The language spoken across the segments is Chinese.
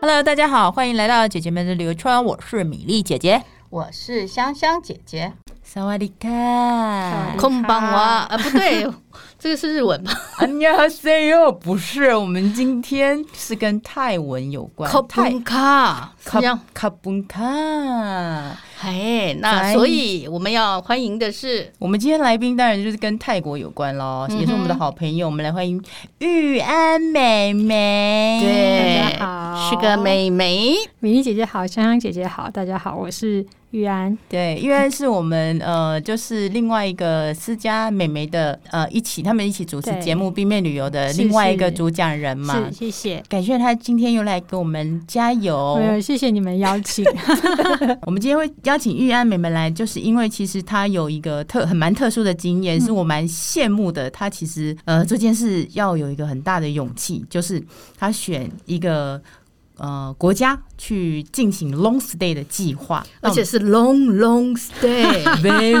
Hello，大家好，欢迎来到姐姐们的旅游圈，我是米粒姐姐。我是香香姐姐，萨瓦迪卡，迪空邦哇哎啊，不对， 这个是日文吧？ 안녕하세요。不是，我们今天是跟泰文有关。空泰邦卡是卡这样。卡本卡。哎，在那所以我们要欢迎的是我们今天来宾当然就是跟泰国有关喽，也是我们的好朋友。我们来欢迎玉安妹妹。对大家，好是个美眉，米莉姐姐好，香香姐姐好，大家好，我是玉安。对，因为是我们呃，就是另外一个私家美眉的呃，一起他们一起主持对节目《冰面旅游》的是另外一个是主讲人嘛。是，谢谢。感谢她今天又来给我们加油。哦没有，谢谢你们邀请。 我们今天会邀请玉安妹妹来，就是因为其实她有一个特很蛮特殊的经嗯验，是我蛮羡慕的。她其实呃这件事要有一个很大的勇气，就是她选一个呃国家去进行 long stay 的计划，而且是 long long stay， very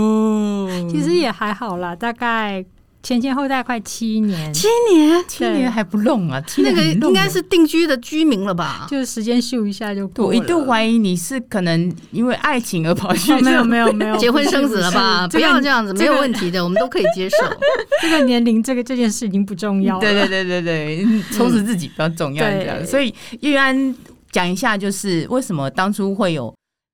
long，其实也还好啦，大概前前后代快七年，七年，七年还不 long 啊，七那年个很 long 应该欸是定居的居民了吧？就是时间咻一下就过了。我一度怀疑你是可能因为爱情而跑去、哦没有没有没有，结婚生子了吧？不不是要这样子，没有问题。题的，我们都可以接受。这个年龄，这个这件事已经不重要了。对对对对 对，充实自己比较重要。嗯这样，对所以玉安讲一下，就是为什么当初会有。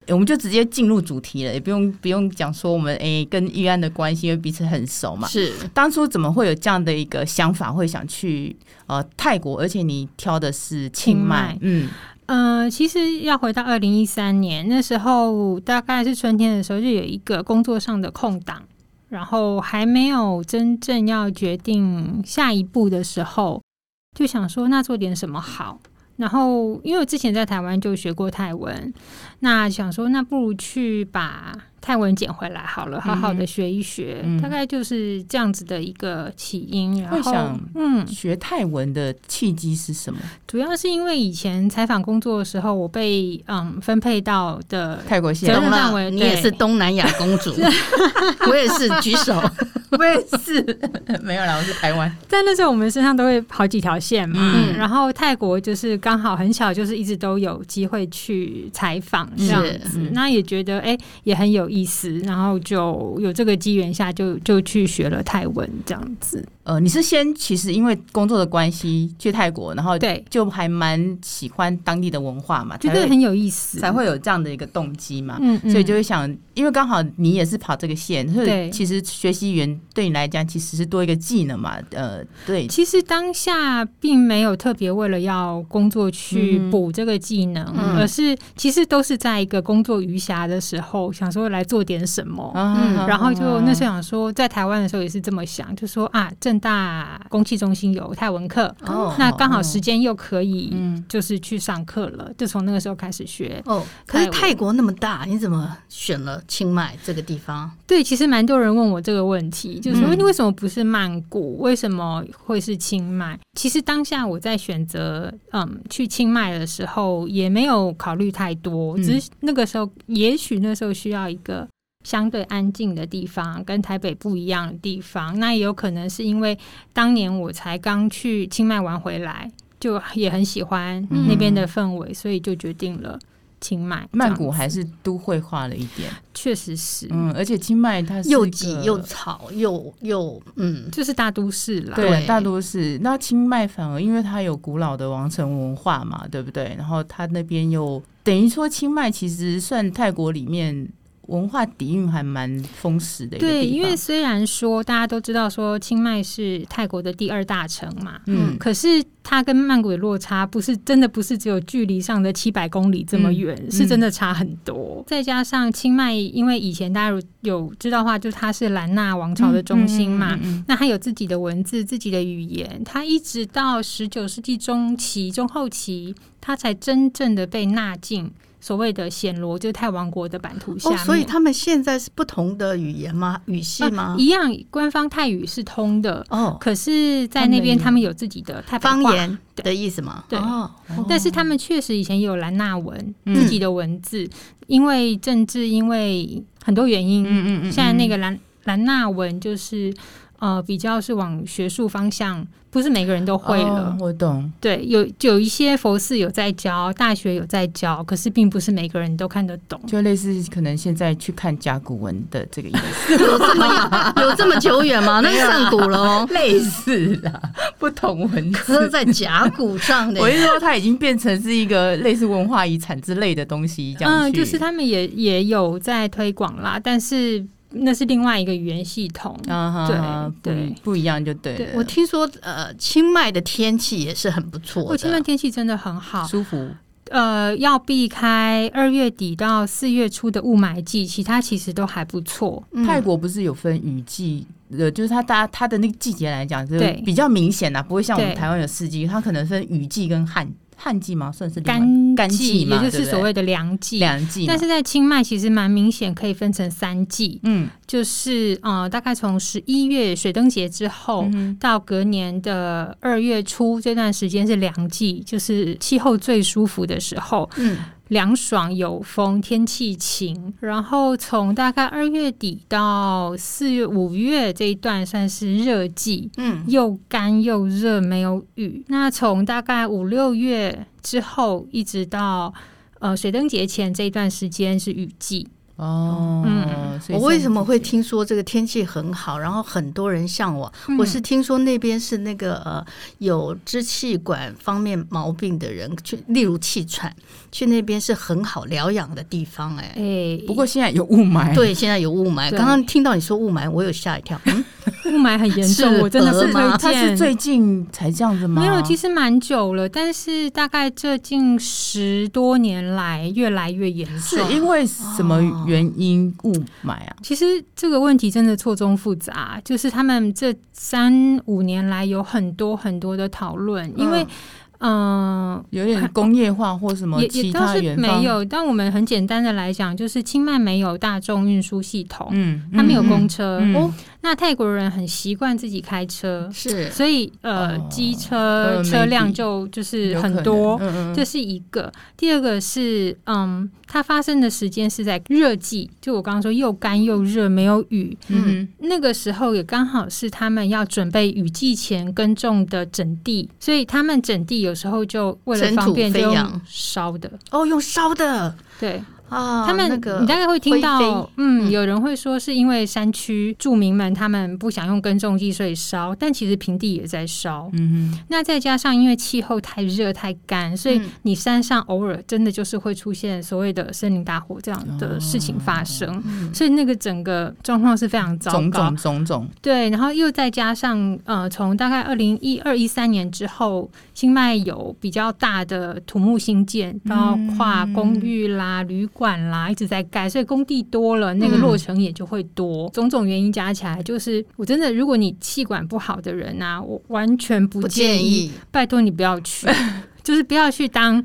我们就直接进入主题了，也不用不用讲说我们诶、跟玉安的关系，因为彼此很熟嘛。是，当初怎么会有这样的一个想法，会想去呃泰国，而且你挑的是清迈清迈，嗯，呃，其实要回到二零一三年，那时候大概是春天的时候，就有一个工作上的空档，然后还没有真正要决定下一步的时候，就想说那做点什么好。然后，因为我之前在台湾就学过泰文，那想说那不如去把泰文捡回来好了，好好的学一学，嗯大概就是这样子的一个起因。然会后想，嗯，学泰文的契机是什么？主要是因为以前采访工作的时候，我被嗯分配到的，泰国啊责线任懂范了，围啊你也对是东南亚公主，我也是，举手。 我也是 没有啦，我是台湾，在那时候我们身上都会好几条线嘛。嗯然后泰国就是刚好很巧，就是一直都有机会去采访这样是子，那也觉得哎、也很有意思，然后就有这个机缘下就就去学了泰文这样子。呃，你是先其实因为工作的关系去泰国，然后对，就还蛮喜欢当地的文化嘛，觉才得会很有意思，才会有这样的一个动机嘛。嗯嗯，所以就会想，因为刚好你也是跑这个线，所以对其实学习语言对你来讲其实是多一个技能嘛。呃，对，其实当下并没有特别为了要工作去嗯补这个技能，嗯而是其实都是在一个工作余暇的时候，想说来做点什么。哦啊嗯然后就那时候想说，在台湾的时候也是这么想，就说啊，正大公器中心有泰文课，哦那刚好时间又可以，嗯就是去上课了，就从那个时候开始学。哦，可是泰文泰国那么大，你怎么选了清迈这个地方？对，其实蛮多人问我这个问题，就是说嗯你为什么不是曼谷？为什么会是清迈？其实当下我在选择嗯去清迈的时候，也没有考虑太多，嗯只是那个时候，也许那时候需要一个。相对安静的地方，跟台北不一样的地方，那也有可能是因为当年我才刚去清迈玩回来，就也很喜欢那边的氛围，所以就决定了清迈。嗯曼这谷样还是都会化了一点，确实是，嗯，而且清迈它是又一挤个又吵又又嗯，就是大都市啦。对，对大都市。那清迈反而因为它有古老的王城文化嘛，对不对？然后它那边又等于说，清迈其实算泰国里面文化底蕴还蛮丰实的一个地方。对，因为虽然说大家都知道说清迈是泰国的第二大城嘛，嗯可是它跟曼谷的落差不是真的不是只有距离上的七百公里这么远，嗯是真的差很多。再加上清迈，因为以前大家有有知道的话，就它是兰纳王朝的中心嘛。嗯嗯嗯嗯那它有自己的文字、自己的语言，它一直到十九世纪中期、中后期，它才真正的被纳进所谓的暹罗，就是泰王国的版图下哦，面。所以他们现在是不同的语言吗？语系啊吗？一样，官方泰语是通的，哦，可是，在那边他们有他们有自己的泰北方话，言的意思吗？对哦，但是他们确实以前也有兰纳文、嗯自己的文字，因为政治，因为很多原因，嗯嗯嗯嗯现在那个兰兰纳文就是呃比较是往学术方向，不是每个人都会了。哦我懂。对，有就有一些佛寺有在教，大学有在教，可是并不是每个人都看得懂。就类似可能现在去看甲骨文的这个意 思，有这么有这么久远 吗？那是上古了 哦，类似啦，不同文刻字。在甲骨上的 我是说，它已经变成是一个类似文化遗产之类的东西，这样嗯，去就是他们也也有在推广啦，但是那是另外一个语言系统。啊哈哈，对不一对不一样就对对了，我听说，呃，清迈的天气也是很不错的。我现在天气真的很好，舒服呃，要避开二月底到四月初的雾霾季，其他其实都还不错。嗯泰国不是有分雨季，呃，就是它大它的那个季节来讲，就是对比较明显啊啦，不会像我们对台湾有四季，它可能分雨季跟旱旱季嘛，算是另外干干季嘛，也就对不是对所谓的凉季。凉季嘛，但是在清迈其实蛮明显，可以分成三季，嗯，就是呃，大概从十一月水灯节之后。嗯到隔年的二月初这段时间是凉季，就是气候最舒服的时候，嗯，凉爽有风，天气晴。然后从大概二月底到四月、五月这一段算是热季，嗯，又干又热，没有雨。那从大概五六月之后，一直到呃水灯节前这一段时间是雨季。哦，嗯所以我为什么会三季听说这个天气很好，然后很多人向往？嗯我是听说那边是那个呃有支气管方面毛病的人去，例如气喘，去那边是很好疗养的地方、哎。哎，不过现在有雾霾，，对，现在有雾霾。对刚刚听到你说雾霾，我有吓一 跳。嗯，雾霾很严重，是我真的不鹅推吗荐。 它是最近才这样子吗？没有，其实实蛮久了，但是大概这近十多年来越来越严是重。因为什么哦原因雾霾啊？其实这个问题真的错综复杂，就是他们这三五年来有很多很多的讨论，因为嗯。呃有点工业化或什么也其也倒他是原没方，有，但我们很简单的来讲，就是清迈没有大众运输系统，嗯，他们有公车，车。嗯哦那泰国人很习惯自己开车，是所以呃，哦机呃车车辆 maybe 就就有是可能很多。嗯嗯这是一个。第二个是，嗯，它发生的时间是在热季，就我刚刚说又干又热，没有雨，嗯那个时候也刚好是他们要准备雨季前耕种的整地，所以他们整地有时候就为了尘土方便就飞扬用烧的，哦，用烧的对啊，他们，那个你大概会听灰到飞，嗯，嗯有人会说是因为山区住民们他们不想用耕种地，所以烧，但其实平地也在烧，嗯嗯那再加上因为气候太热太干，所以嗯你山上偶尔真的就是会出现所谓的森林大火这样的事情发生，嗯所以那个整个状况是非常糟糕。种种种种，对，然后又再加上呃，从大概二零一二一三年之后，清迈有比较大的土木新建，包括公寓啦、旅馆啦一直在盖，所以工地多了，那个落成也就会多。种种原因加起来，就是我真的，如果你气管不好的人啊，我完全不不建建议议。拜托你不要去，就是不要去当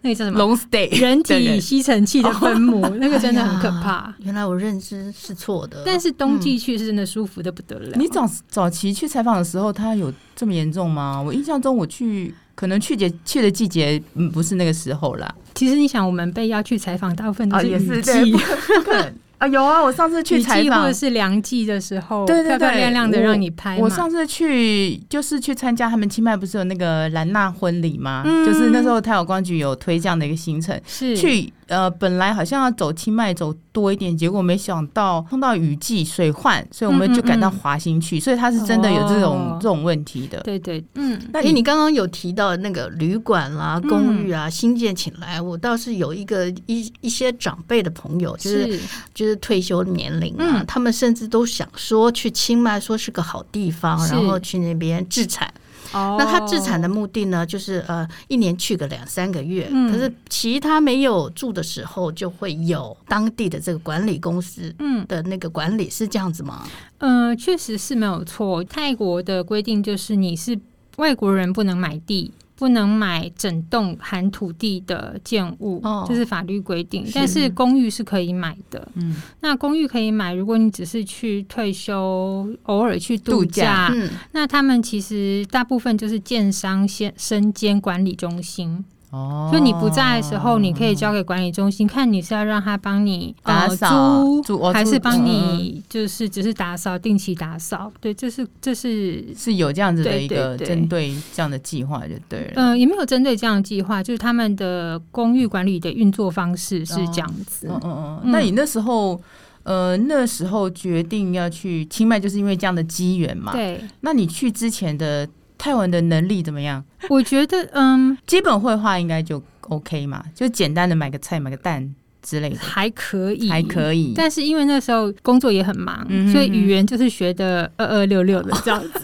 那个叫什 么 long stay 人的人体吸尘器的分母，那个真的很可 怕。哎原来我认知是错的。但是冬季去是真的舒服的不得了。你早早期去采访的时候，它有这么严重吗？我印象中我去，可能去节去的季节，嗯，不是那个时候啦。其实你想，我们被邀去采访，大部分都雨季、啊对，不 不可能啊，有啊，我上次去雨采季或访者，是凉季的时候，对对漂漂亮亮的对让你拍嘛。我上次去就是去参加他们清迈不是有那个兰纳婚礼吗？嗯就是那时候泰国光局有推这样的一个行程，是去呃本来好像要走清迈走多一点，结果没想到碰到雨季水患，所以我们就赶到华兴去，所以它是真的有这种、哦这种问题的。对对，嗯，那哎、你刚刚有提到那个旅馆啦、嗯公寓啊，新建起来，我倒是有一个一一些长辈的朋友，就是是就是退休年龄啊，嗯他们甚至都想说去清迈，说是个好地方，是然后去那边置产。哦那他置产的目的呢，就是呃，一年去个两三个月，嗯可是其他没有住的时候，就会有当地的这个管理公司。嗯的那个管理是这样子吗？呃，确实是没有错。泰国的规定就是你是外国人不能买地，不能买整栋含土地的建物，哦这是法律规定。是但是公寓是可以买的。嗯，那公寓可以买，如果你只是去退休，偶尔去度度假嗯，那他们其实大部分就是建商先身兼管理中心。哦，就你不在的时候，你可以交给管理中心，看你是要让他帮你打呃扫住租哦嗯还住是帮你就是只是打扫，定期打扫。对，这是这是是有这样子的对一个对对针对这样的计划就对了。呃，也没有针对这样的计划，就是他们的公寓管理的运作方式是这样子。嗯嗯嗯，嗯那你那时候，呃，那时候决定要去清迈，就是因为这样的机缘嘛。。对，那你去之前的泰文的能力怎么样？我觉得嗯基本绘画应该就 OK 嘛，就简单的买个菜、买个蛋之类的，还可以，还可以。但是因为那时候工作也很忙，嗯哼所以语言就是学的二二六六的这样子，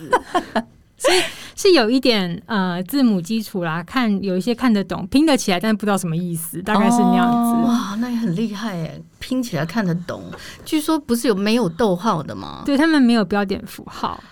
所以是有一点呃字母基础啦，看有一些看得懂，拼得起来，但不知道什么意思，大概是那样子。哇，那也很厉害哎，拼起来看得懂。据说不是有没有逗号的吗？对他们没有标点符号，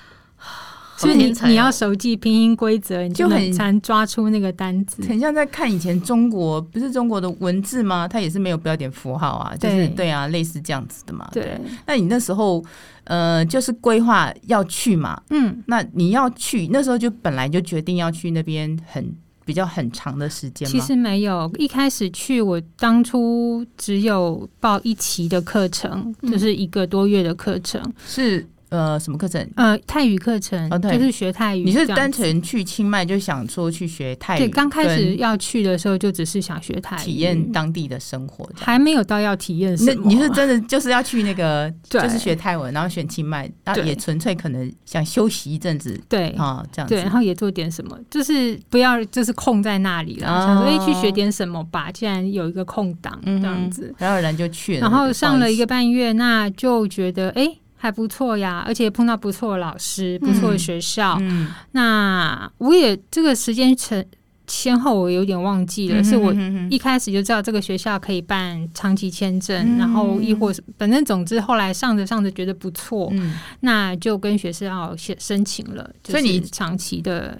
所以好你天才哦你要熟记拼音规则，你就就很很难抓出那个单字。嗯很像在看以前中国，不是中国的文字吗？它也是没有标点符号啊，就是对对啊，类似这样子的嘛。对，那你那时候，呃，就是规划要去嘛，嗯。那你要去，那时候就本来就决定要去那边很比较很长的时间吗？其实没有，一开始去我当初只有报一期的课程，就是一个多月的课程，是呃什么课程？呃，泰语课程、哦对就是学泰语这你样子。是单纯去清迈就想说去学泰语，对刚开始要去的时候就只是想学泰语，体验当地的生活这样。还没有到要体验那什么。你是真的就是要去那个， 对就是学泰文，然后选清迈，那对也纯粹可能想休息一阵子对、啊，这样对，然子。后也做点什么，就是不要就是空在那里了，哦想说哎、去学点什么吧，既然有一个空档这嗯哼样子，然后人就去了，然后上了一个个半月，那就觉得哎。还不错呀，而且碰到不错的老师、不错的学校，嗯，那我也这个时间前先后我有点忘记了，嗯是我嗯嗯嗯一开始就知道这个学校可以办长期签证，嗯然后亦或是反正总之后来上着上着觉得不错，嗯那就跟学校写申请了，所以你就是长期的，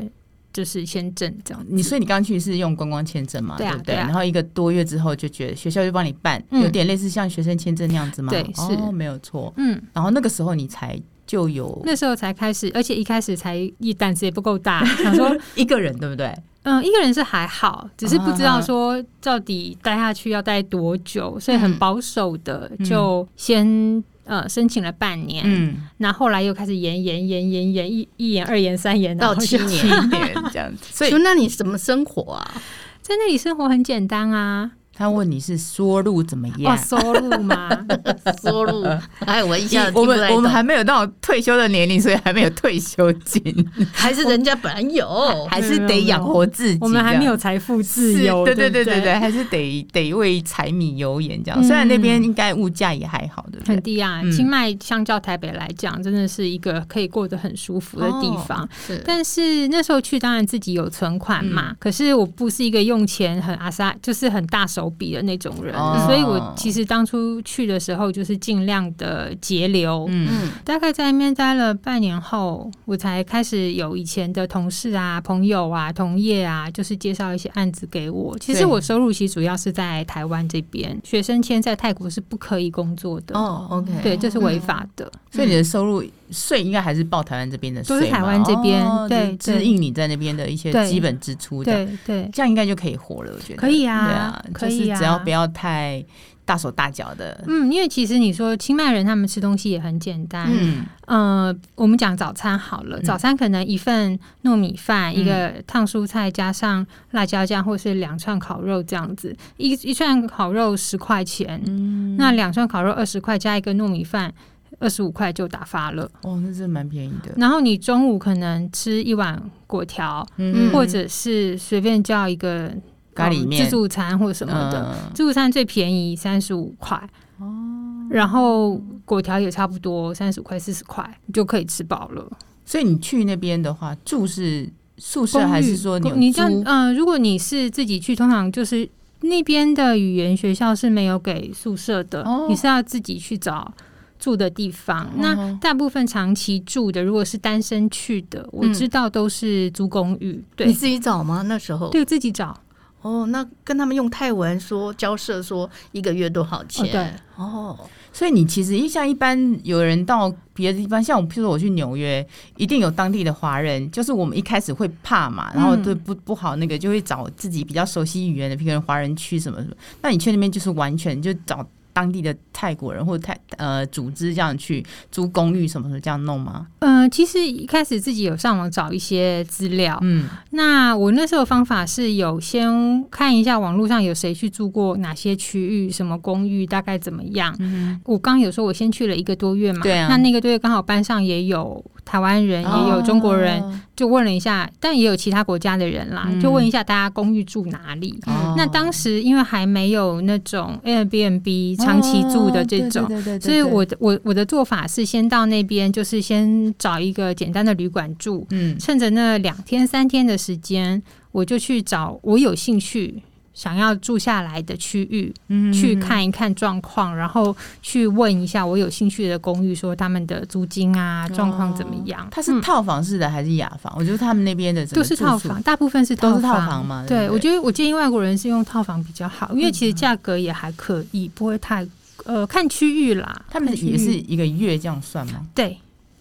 就是签证这样子。你所以你刚去是用观光签证嘛，对啊不对？对啊然后一个多月之后就觉得学校就帮你办，嗯有点类似像学生签证那样子嘛。对哦，是没有错。嗯，然后那个时候你才就有那时候才开始，而且一开始才一胆子也不够大，想说 一个人，对不对？嗯，一个人是还好，只是不知道说到底待下去要待多久，所以很保守的嗯就先呃申请了半年，嗯，那后来又开始延延延延延一一延二延三延到然后七就年一点 嗯这样子。所以就那你怎么生活啊？在那里生活很简单啊，他问你是收入怎么哦样？收入嘛， 收入？哎，我一下子我听不太们懂我们还没有到退休的年龄，所以还没有退休金， 还是人家本来 有，还是得养活自己。我们还没有财富这自样由，是对对对对不对对，还是得得为柴米油盐这样。嗯虽然那边应该物价也还好，对不很对？低啊嗯，清迈相较台北来讲，真的是一个可以过得很舒服哦的地方。是但是那时候去，当然自己有存款嘛。嗯可是我不是一个用钱很阿萨，就是很大手笔的那种人，哦所以我其实当初去的时候就是尽量的节流。嗯嗯，大概在那边待了半年后，我才开始有以前的同事啊、朋友啊、同业啊，就是介绍一些案子给我。其实对我收入其实主要是在台湾这边，学生签在泰国是不可以工作的，哦，OK，对，这是违法的。所以你的收入税应该还是报台湾这边的税嘛，嗯都是台湾这边哦对就是支应你在那边的一些对基本支出这样，对对，这样应该就可以活了，我觉得可以啊对啊，可以啊就是只要不要太大手大脚的，嗯，因为其实你说清迈人他们吃东西也很简单，嗯呃，我们讲早餐好了，嗯早餐可能一份糯米饭，嗯一个烫蔬菜，加上辣椒酱，或是两串烤肉这样子。一一串烤肉十块钱，嗯，那两串烤肉二十块，加一个糯米饭。二十五块就打发了，哦，那真的蛮便宜的，然后你中午可能吃一碗粿条，嗯或者是随便叫一个咖喱嗯面自助餐或什么的，嗯自助餐最便宜三十五块哦，然后果条也差不多三十五块四十块，你就可以吃饱了。所以你去那边的话，住是宿舍公寓还是说你公你有这样租？嗯、如果你是自己去，通常就是那边的语言学校是没有给宿舍的，哦你是要自己去找。住的地方，那大部分长期住的，如果是单身去的，我嗯知道都是租公寓，你对，自己找吗？那时候对自己找，哦，那跟他们用泰文说交涉，说一个月多少钱？哦对哦，所以你其实因为像一般有人到别的地方，像我，譬如说我去纽约，一定有当地的华人，就是我们一开始会怕嘛，嗯然后对不不好那个就会找自己比较熟悉语言的，譬如华人区什么什么。那你去那边就是完全就找当地的泰国人或泰呃组织这样去租公寓什么什么这样弄吗？呃，其实一开始自己有上网找一些资料，嗯，那我那时候的方法是有先看一下网络上有谁去住过哪些区域，什么公寓，大概怎么样。我刚有说我先去了一个多月嘛，嗯对啊那那个多月刚好班上也有台湾人，也有中国人，哦就问了一下，但也有其他国家的人啦，嗯就问一下大家公寓住哪里。哦那当时因为还没有那种 Airbnb 长期住的这种，哦对对对对对所以我的我我的做法是先到那边，就是先找一个简单的旅馆住，嗯趁着那两天三天的时间，我就去找我有兴趣想要住下来的区域，嗯去看一看状况，然后去问一下我有兴趣的公寓，说他们的租金啊状况怎么样。它是嗯套房式的还是雅房？我觉得他们那边的整都个是住宿套房，大部分是都是套套房嘛对嗯对，不对我觉得我建议外国人是用套房比较好，因为其实价格也还可以，不会太呃看区域啦。他们看区域也是一个月这样算吗？对。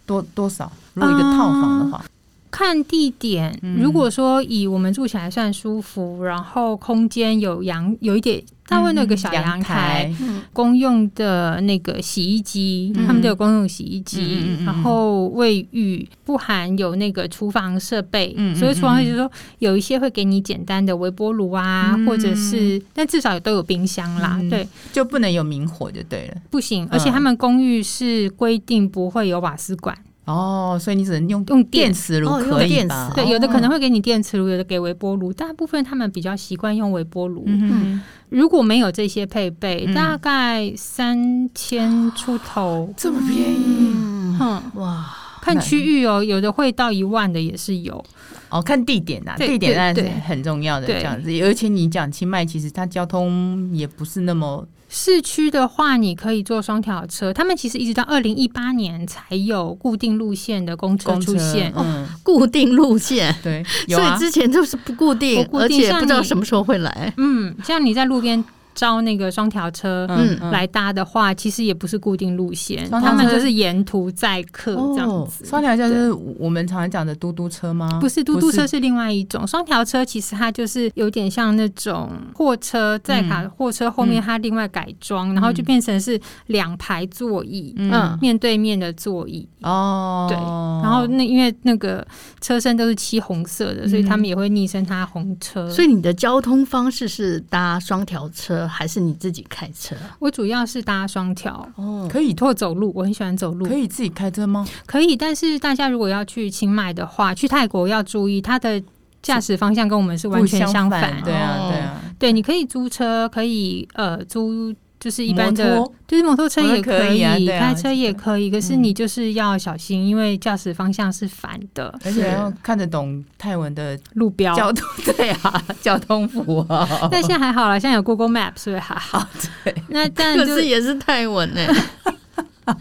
多多少？如啊果一个套房的话，看地点，嗯如果说以我们住起来算舒服，然后空间有阳有一点，大部分都有个小阳台，嗯，公用的那个洗衣机，嗯他们都有公用洗衣机，嗯嗯嗯嗯然后卫浴不含有那个厨房设备，嗯嗯所以厨房就是说有一些会给你简单的微波炉啊，嗯或者是但至少都有冰箱啦，嗯对，就不能有明火就对了。不行嗯，而且他们公寓是规定不会有瓦斯管，哦，所以你只能用用电电。磁炉哦用可以电吧？磁对，哦有的可能会给你电磁炉，有的给微波炉，大部分他们比较习惯用微波炉。嗯，如果没有这些配备，嗯大概三千出头。这么便宜嗯，哼，哇，看区域哦，有的会到一万的也是有。哦，看地点呐，对地点当然是对对很重要的，这对样子。而且你讲清迈，其实它交通也不是那么市区的话，你可以坐双条车，他们其实一直到二零一八年才有固定路线的公车公车出现。哦嗯，固定路线，对， 有所啊以，之前就是不固定，不固而定且像不知道你什么时候会来。嗯，像你在路边招那个双条车。嗯，嗯来搭的话，其实也不是固定路线，双条他车们就是沿途载客这样哦子。双条就是我们常常讲的嘟嘟车吗？不是嘟嘟车是另外一种，双条车其实它就是有点像那种货车，在嗯卡货车后面它另外改装，然后就变成是两排座椅，嗯面对面的座椅。哦，对然后那因为那个车身都是漆红色的，嗯所以他们也会昵称它红车。所以以你的交通方式是搭双条车，还是你自己开车？我主要是搭双条哦，可以或走路，我很喜欢走路，可以自己开车吗？可以。但是大家如果要去清迈的话，去泰国要注意它的驾驶方向跟我们是完全不相相反。对啊，哦对啊，对，你可以租车，可以呃租。就是一般的摩托，就是摩托车摩托也可以啊对啊嗯开车也可以。可是你就是要小心，因为驾驶方向是反的，而且要看得懂泰文的路标。 交通，对啊，交通符 啊。但现在还好了，现在有 Google Map，所以 还好。对，那但可就是也是泰文哎、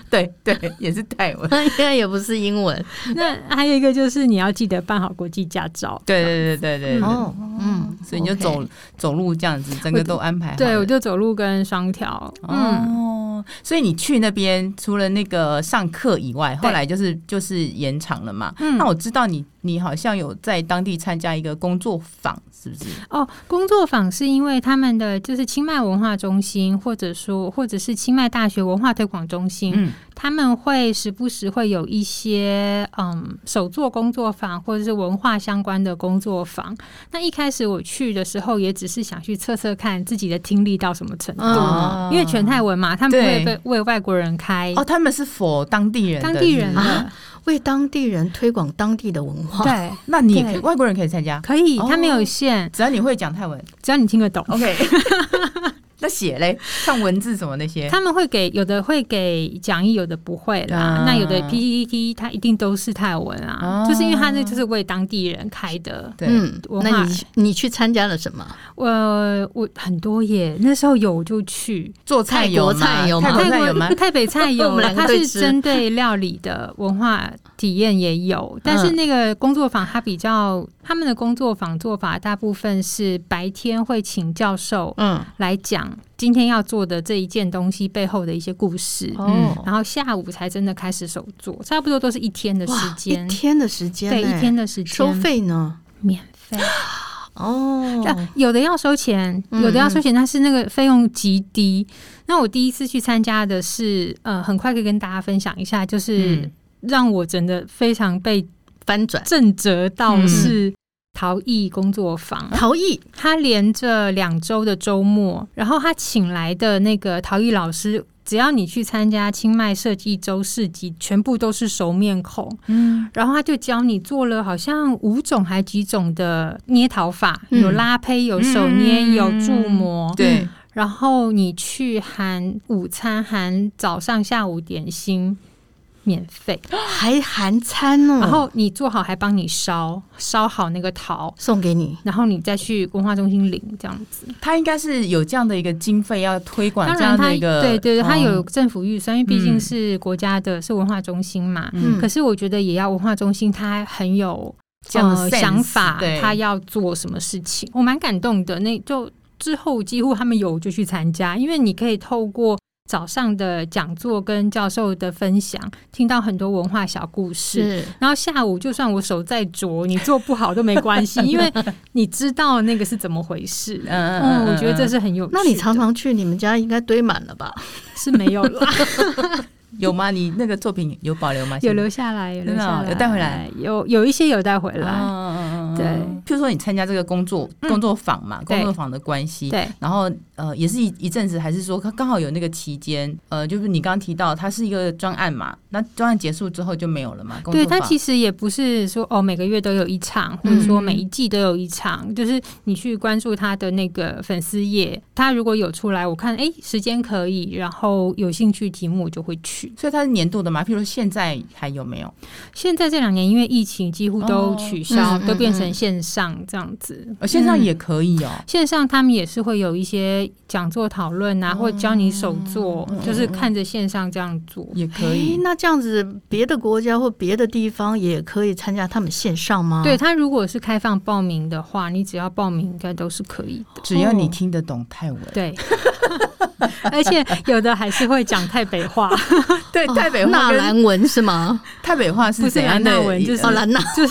对对，也是泰文。 欸，应该也不是英文。那还有一个就是你要记得办好国际驾照。 对对对对对对，哦，嗯，所以你就走 OK 走路这样子，整个都安啊排好了。对，我就走路跟双条。嗯，哦，所以你去那边除了那个上课以外，对后来就是就是延长了嘛。嗯那我知道你你好像有在当地参加一个工作坊，是不是？哦，工作坊是因为他们的就是清迈文化中心，或者说或者是清迈大学文化推广中心，嗯他们会时不时会有一些嗯手作工作坊或者是文化相关的工作坊。那一开始我去的时候，也只是想去测测看自己的听力到什么程度，哦因为全泰文嘛，他们不会对被为外国人开。哦，他们是否当地人的？当地人是不是的啊，为当地人推广当地的文化。对，那你也可以对外国人可以参加，可以，它没哦有限，只要你会讲泰文。只要你听得懂。 OK，那写嘞，看文字什么那些。他们会给有的会给讲义，有的不会啦。啊那有的 PPT 它一定都是泰文啊，啊就是因为它那就是为当地人开的。对，嗯，文那化你你去参加了什么？我呃我很多耶，那时候有我就去做菜有吗泰国菜有泰吗国菜有吗泰？北菜有 我们啦，两个它对是吃针对料理的文化体验也嗯有，但是那个工作坊它比较，他们的工作坊做法大部分是白天会请教授嗯，来讲今天要做的这一件东西背后的一些故事，哦，然后下午才真的开始手做，差不多都是一天的时哇，间一，天的时间，对，一天的时间，收费呢？免费。哦，啊，有的要收钱，嗯有的要收钱，但是那个费用极低。那我第一次去参加的是，呃，很快可以跟大家分享一下，就是嗯让我真的非常被翻转震折到嗯是陶艺工作坊，陶艺，他连着两周的周末，然后他请来的那个陶艺老师。只要你去参加清迈设计周市集，全部都是熟面孔，嗯，然后他就教你做了好像五种还几种的捏陶法，嗯有拉胚，有手捏，嗯有铸模。对，然后你去含午餐、含早上、下午点心，免费。哦还含餐哦，然后你做好还帮你烧，烧好那个陶，送给你。然后你再去文化中心领这样子。他应该是有这样的一个经费要推广当这然样它，的一个，对对对，它哦有政府预算，因为毕竟嗯是国家的，是文化中心嘛。嗯可是我觉得也要文化中心，它很有这样的呃 sense，想法对，他要做什么事情，我蛮感动的。那就之后几乎他们有就去参加，因为你可以透过早上的讲座跟教授的分享，听到很多文化小故事。是然后下午就算我手再拙，你做不好都没关系，因为你知道那个是怎么回事。嗯 嗯嗯，嗯我觉得这嗯是很有趣的。那你常常去，你们家应该堆满了吧？是没有 了，有吗？你那个作品有保留吗？有现在留下来，有留真的下哦来，哎有带回来，有有一些有带回来。嗯嗯嗯嗯嗯对譬如说你参加这个工作嗯工作坊嘛，对工作坊的关系，对，然后呃也是一一阵子，还是说刚刚好有那个期间，呃，就是你刚刚提到它是一个专案嘛，那专案结束之后就没有了嘛，工作对，坊它其实也不是说哦，每个月都有一场，或者说每一季都有一场，嗯就是你去关注它的那个粉丝页，它如果有出来，我看诶时间可以，然后有兴趣题目我就会去。所以它是年度的嘛，譬如说现在还有没有？现在这两年因为疫情几乎都哦取消，嗯嗯都变成嗯线上这样子。呃，线上也可以哦。线上他们也是会有一些讲座讨论哦啊，或者教你手做，嗯就是看着线上这样做。也可以诶，那这样子，别的国家或别的地方也可以参加他们线上嗯吗？对，它如果是开放报名的话，你只要报名应该都是可以的只要你听得懂泰文，对， 而且有的还是会讲太北话，对哦，泰北话纳跟兰文是吗？泰北话不是是怎样的兰纳文一？就是哦，兰纳， 就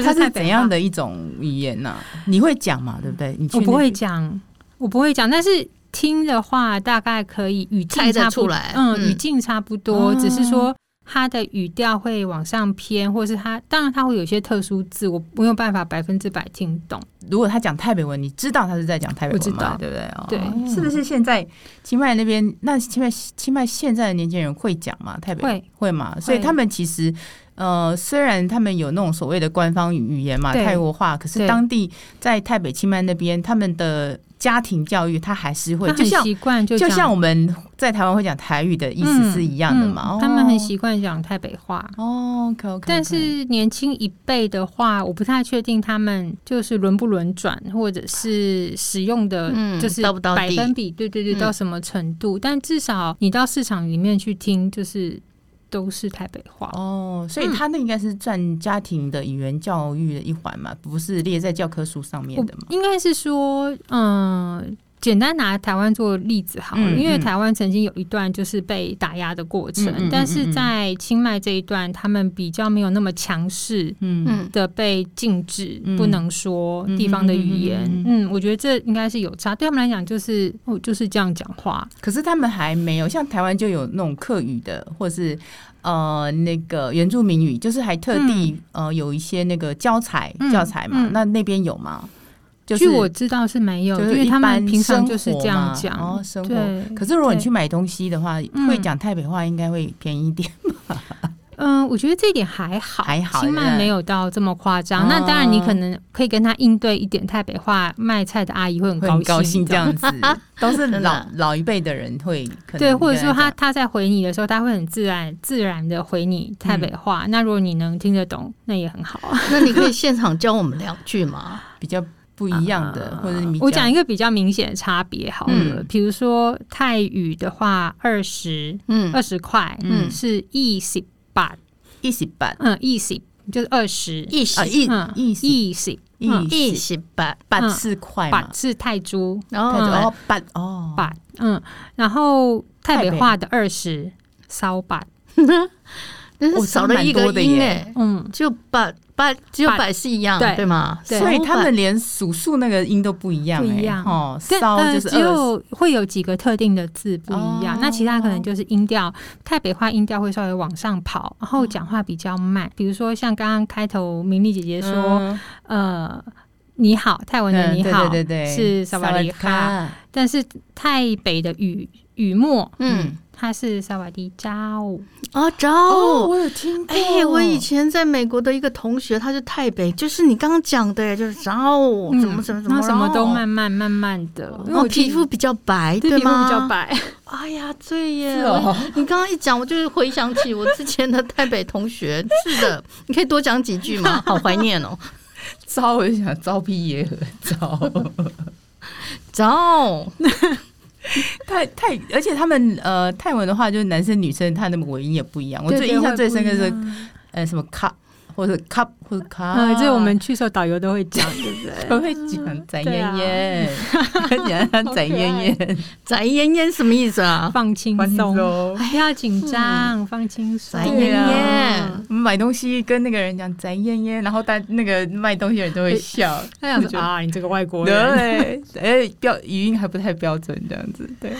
是它太是北怎话样？的一种语言呢？你会讲嘛？对不对？你去我不那会边讲，我不会讲，但是听的话大概可以语境猜得差不出来嗯，嗯语境差不多，哦只是说。它的语调会往上偏，或是它当然它会有一些特殊字，我没有办法百分之百听懂。如果他讲台北文，你知道他是在讲台北文我知道嘛？对不对？哦对是不是现在清迈那边？那清迈清迈现在的年轻人会讲吗？台北会会嘛？所以他们其实呃，虽然他们有那种所谓的官方语言嘛，对泰国话，可对是当地在台北清迈那边，他们的家庭教育他还是会，他就很像习惯就就讲像我们在台湾会讲台语的意思是一样的嘛。嗯哦嗯他们很习惯讲台北话。哦，OK OK，但是年轻一辈的话，我不太确定他们就是轮不轮转，或者是使用的嗯就是到不到百地分比，对对对，嗯到什么程度？但至少你到市场里面去听，就是都是台北话。哦，所以嗯他那应该是占家庭的语言教育的一环嘛，不是列在教科书上面我的嘛。应该是说，嗯。简单拿台湾做例子好了，嗯因为嗯台湾曾经有一段就是被打压的过程，嗯嗯嗯但是嗯嗯在清迈这一段，他们比较没有那么强势，嗯嗯，的被禁止，嗯不能说地方的语言。嗯嗯嗯嗯我觉得这应该是有差，对他们来讲就是哦，就是这样讲话。可是他们还没有，像台湾就有那种客语的，或是呃那个原住民语，就是还特地、呃有一些那个教材、嗯教材嘛，嗯那那边有吗？就是据我知道是没有，就因是为一他们般平常生就是活这样嘛讲。哦，生活。对，可是如果你对去买东西的话，嗯会讲台北话应该会便宜一 点。嗯，我觉得这一点还好，还好清对不迈对没有到这么夸张。哦那当然，你可能可以跟他应对一点台北话，卖菜的阿姨会很会很高高兴兴这。样子，都是真的老啊老一辈的人会可能对，或者说跟他他他在回你的时候，他会很自然自然的回你台北嗯话。那如果你能听得懂，那也很好啊。 那你可以现场教我们两句吗？讲比较不一样的，或者你啊我讲一个个比较明显的差别好了，嗯比如说泰语的话，二十嗯呃二十块嗯是一十八，一起办，嗯，一十就是二十，一啊，十一嗯，一起一十，嗯一一起十八，办嗯四块嘛板，是泰铢，然泰铢后呃哦办哦板，嗯，然后台台北北话的二十烧板，但哦是少了一差蛮个多的音耶哎，嗯，就八八只有八百是一样对对吗？对所以手他把们连数数那个音都不一样、不一欸样哦，跟骚呃，就是只二哦有会有几个特定的字不一样，那其他可能就是音调，台北话音调会稍微往上跑，然后讲话比较慢。比如说像刚刚开头明丽姐姐嗯说，呃，你好，泰文的你好，对对对对，是萨瓦迪卡，，但是台北的语语末，嗯，它是萨瓦迪加五，啊，哦，招。我有听过，哎，我以前在美国的一个同学，他是台北，就是你刚刚讲的，就是招嗯哦怎么怎么怎然么，后什么都慢慢慢慢的，因为哦，我记皮肤比较白，对皮肤吗？比较。白， 哎呀，对耶！是哦我你刚刚一讲，我就是回想起我之前的台北同学。是的，你可以多讲几句 吗？好怀念哦。招我就想 招屁也很 招，走，泰泰，而且他们呃泰文的话，就是男生女生他的尾音也不一样。我最印象最深刻是呃什么卡或者 cup 或者卡，嗯，这我们去时候导游都会讲，对不对？都会讲翟对燕啊燕， 讲翟燕燕，翟嫣嫣什么意思啊？放轻关松，州。不要紧张，放轻松翟。对嫣啊嫣，我们买东西跟那个人讲翟燕燕，然后大那个卖东西的人都会笑，他想我觉说得嗯啊，你这个外国人。对，哎，标语音还不太标准，这样子，对，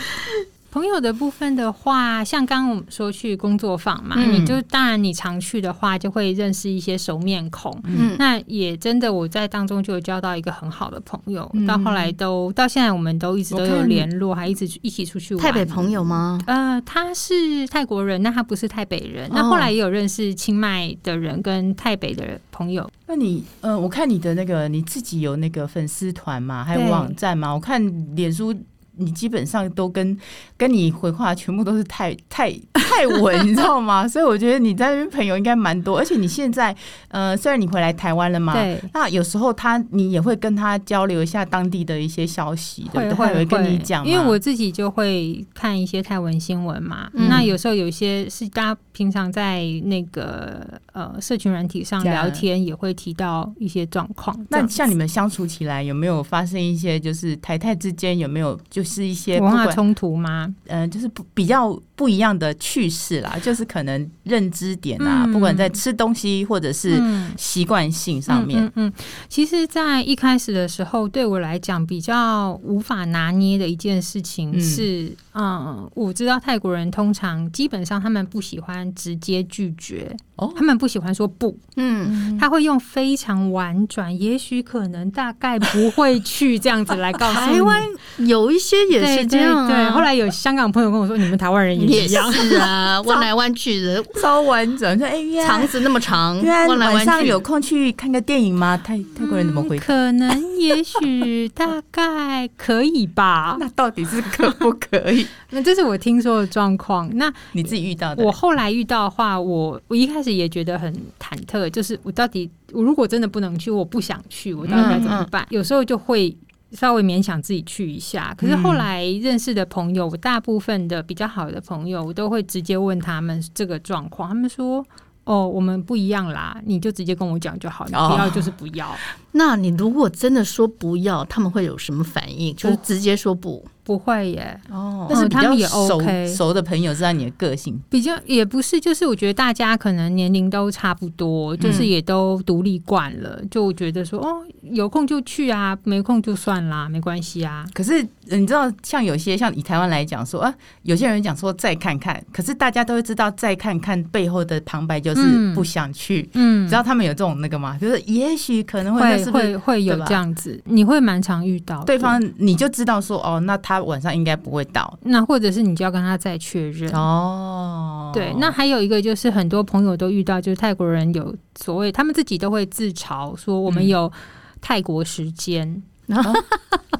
朋友的部分的话，像刚刚我们说去工作坊嘛，嗯你就当然你常去的话，就会认识一些熟面孔。嗯，那也真的，我在当中就有交到一个很好的朋友，嗯到后来都到现在，我们都一直都我有看联络，还一直去一起出去玩。台北朋友吗？呃，他是泰国人，那他不是台北人。那哦后来也有认识清迈的人跟台北的朋友，那你呃，我看你的那个你自己有那个粉丝团嘛，还有对网站嘛？我看脸书，你基本上都跟跟你回话全部都是泰泰泰文，你知道吗？所以我觉得你在那边朋友应该蛮多，而且你现在呃，虽然你回来台湾了嘛。对，那有时候他，你也会跟他交流一下当地的一些消息，对不会对？会他也会跟你会讲嘛，因为我自己就会看一些泰文新闻嘛。嗯那有时候有一些是大家平常在那个呃社群软体上这样聊天，也会提到一些状况。那这样像你们相处起来，有没有发生一些就是台泰之间有没有就是一些不文化管冲突吗？呃，就是不比较不一样的趣事啦，就是可能认知点啊，嗯不管在吃东西或者是嗯习惯性上面，嗯嗯嗯其实，在一开始的时候，对我来讲比较无法拿捏的一件事情嗯是，嗯，我知道泰国人通常基本上他们不喜欢直接拒绝，哦他们不喜欢说不，嗯，他会用非常婉转，也许可能大概不会去这样子来告诉 你。台湾有一些也对是这样啊。对对，后来有香港朋友跟我说，你们台湾人 也也一样。是啊， 弯来弯去的，嗯超完整，说哎肠呀，子那么长，原弯来晚弯上去。有空去看个电影吗？泰泰国人怎么回嗯答？可能、也许、大概可 以吧。 那到底是可不可以？那这是我听说的状况。那 你自己遇到的我，后来遇到的话，我我一开始也觉得很忐忑，就是我到底我如果真的不能去，我不想去，我到底该怎嗯么办？有时候就会。稍微勉强自己去一下，可是后来认识的朋友，我大部分的比较好的朋友，我都会直接问他们这个状况。他们说：“哦，我们不一样啦，你就直接跟我讲就好，你哦不要就是不要，那你如果真的说不要，他们会有什么反应？就是直接说不。不会耶。哦嗯但是比他较们也熟、 OK 熟的朋友知道你的个性，”比较也不是，就是我觉得大家可能年龄都差不多，嗯就是也都独立惯了，就觉得说哦，有空就去啊，没空就算啦，没关系啊。可是呃你知道，像有些像以台湾来讲说啊，有些人讲说再看看，可是大家都会知道再看看背后的旁白就是嗯不想去。嗯你知道他们有这种那个吗？就是也许可能会，那会是不是会会有对吧这样子，你会蛮常遇到的对方你就知道说哦，那他晚上应该不会到那或者是你就要跟他再确认。哦嗯对，那还有一个就是很多朋友都遇到，就是泰国人有所谓，他们自己都会自嘲说我们嗯有泰国时间，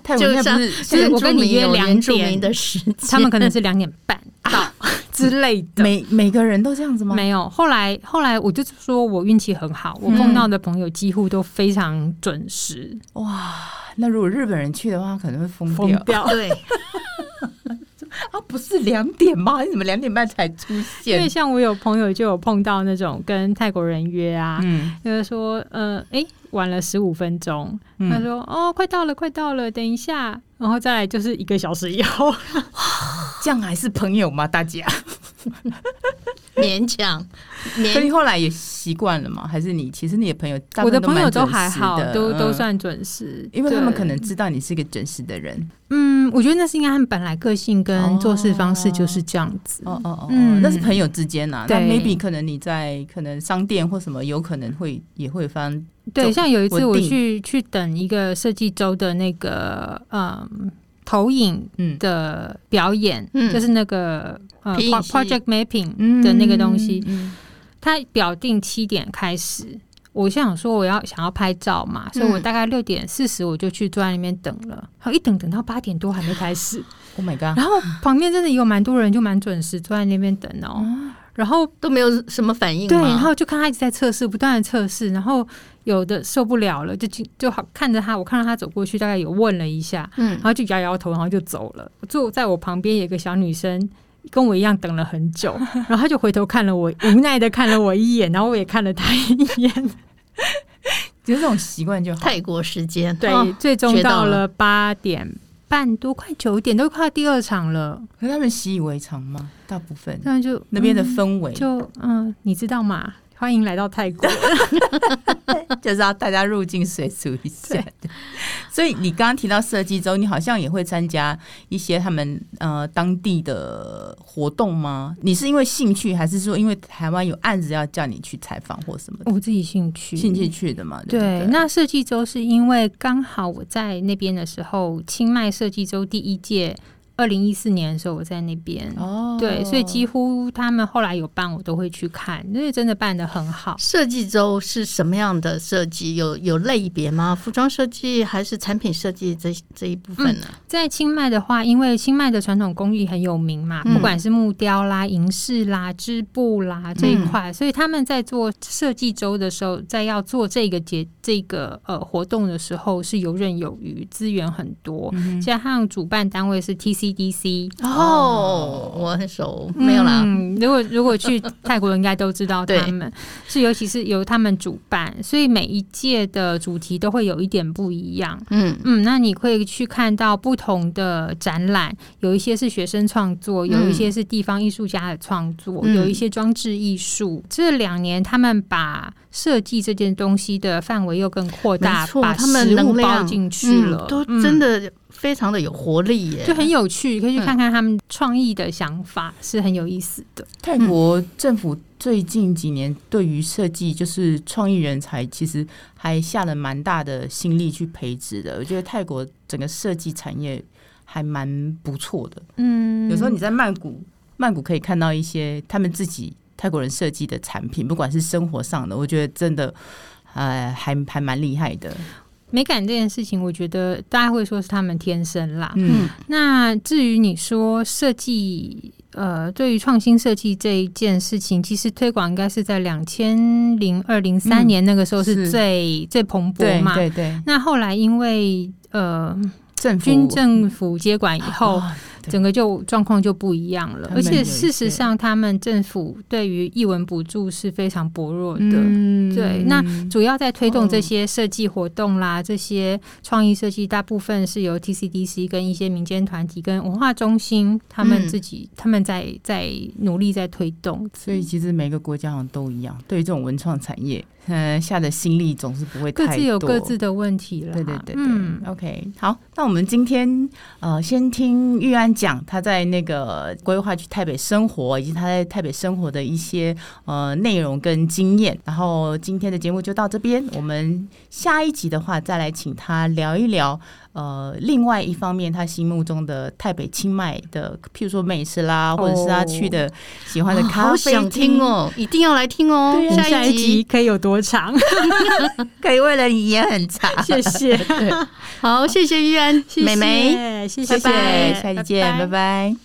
泰国现在不是就是我跟你约原住民有两原住点民的时间，他们可能是两点半到啊 之类 的。每每个人都这样子吗？没有，后来后来我就说我运气很好，嗯我碰到的朋友几乎都非常准时， 哇，那如果日本人去的话，可能会疯掉。掉。对，啊，不是两点吗？你怎么两点半才出因为现？像我有朋友就有碰到那种跟泰国人约啊，嗯，就是说，呃，哎、晚了十五分钟，嗯他说，哦，快到了，快到了，等一下，然后再来就是一个小时以 后，这样还是朋友吗？大家？勉强，所以勉后来也习惯了吗？还是你其实你的朋友，大部我分的朋友蛮都准时还好，的都都嗯算准时，因为他们对可能知道你是个准时的人。嗯，我觉得那是应该他们本来个性跟做事方式就是这样子。哦哦哦，嗯，嗯那是朋友之间啊呐、那对 maybe 可能你在可能商店或什么，有可能会也会发生对，就像有一次稳我定去去等一个设计周的那个嗯投影嗯的表演，嗯就是那个呃 PEC pro- project mapping 嗯的那个东西，嗯它表定七点开始。我想说我要想要拍照嘛，所以我嗯大概六点四十我就去坐在那边等了，然后一等等到八点多还没开始， ，Oh my god，然后旁边真的有蛮多人就蛮准时坐在那边等哦，然后都没有什么反应对，吗然后就看他一直在测试，不断的测试，然后有的受不了了，就就就好看着他，我看到他走过去，大概有问了一下，嗯然，后就摇摇头，然后就走了。坐在我旁边有一个小女生。跟我一样等了很久，然后她就回头看了我，无奈的看了我一眼，然后我也看了她一眼。有这种习惯就好。泰国时间对，哦最终学到到了了八点半多，快九点，都快要第二场了。可是他们习以为常吗？大部分那就那边的嗯氛围、就嗯，你知道吗？欢迎来到泰国。就是要大家入境随俗一下。所以你刚刚提到设计周，你好像也会参加一些他们呃当地的活动吗？你是因为兴趣，还是说因为台湾有案子要叫你去采访或什么的我自己兴趣，兴趣去的嘛？对不嗯对对，，那设计周是因为刚好我在那边的时候，清迈设计周第一届，二零一四年的时候我在那边。哦对，所以几乎他们后来有办，我都会去看，因为真的办的很好。设计周是什么样的设计？有有类别吗？服装设计还是产品设计这这一部分呢？在清迈的话，因为清迈的传统工艺很有名嘛，嗯不管是木雕啦、银饰啦、织布啦这一块，嗯所以他们在做设计周的时候，在要做这个节这个呃活动的时候是游刃有余，资源很多。嗯加上主办单位是 TCDC，哦，我很熟，没有啦。嗯，如果如果去泰国，应该都知道对他们是，尤其是由他们主办，所以每一届的主题都会有一点不一样。嗯嗯，那你会去看到不同的展览，有一些是学生创作，有一些是地方艺术家的创作，嗯有一些装置艺术。这两年他们把设计这件东西的范围又更扩大没，错把他们食物能量包进去了，都嗯真的非常的有活力耶。就很有趣，可以去嗯看看他们创意的想法，是很有意思的。泰国政府最近几年对于设计，就是创意人才，其实还下了蛮大的心力去培植的。我觉得泰国整个设计产业还蛮不错的。嗯，有时候你在曼谷，曼谷可以看到一些他们自己泰国人设计的产品，不管是生活上的，我觉得真的。呃，还还蛮厉害的，美感这件事情，我觉得大家会说是他们天生啦。嗯，那至于你说设计，呃，对于创新设计这一件事情，其实推广应该是在两千零二零三嗯年那个时候是是最、最蓬勃对嘛。对对，那后来因为呃政府军政府接管以后，哦对整个就状况就不一样了他。们而有且一事实些上，他们政府对于译文补助是非常薄弱的。嗯对那主要在推动哦这些设计活动啦，这些创意设计，大部分是由 TCDC 跟一些民间团体跟文化中心他们嗯自己、他们在在努力在推动。所以其实每个国家好像都一样，对于这种文创产业，嗯、下的心力总是不会太各多。自有各自的问题啦。对对对对、嗯， o k 好，那我们今天呃，先听玉安讲他在那个规划去台北生活，以及他在台北生活的一些呃内容跟经验。然后今天的节目就到这边，我们下一集的话再来请他聊一聊呃，另外一方面他心目中的台北清迈的，譬如说美食啦，或者是他去的、喜欢的哦咖好啡想厅听哦，一定要来听哦对。我们下啊下一集集可以有多长？可以为了你也很长。 谢谢，好，谢谢玉安谢谢妹妹。谢谢谢，谢，下期见，拜拜拜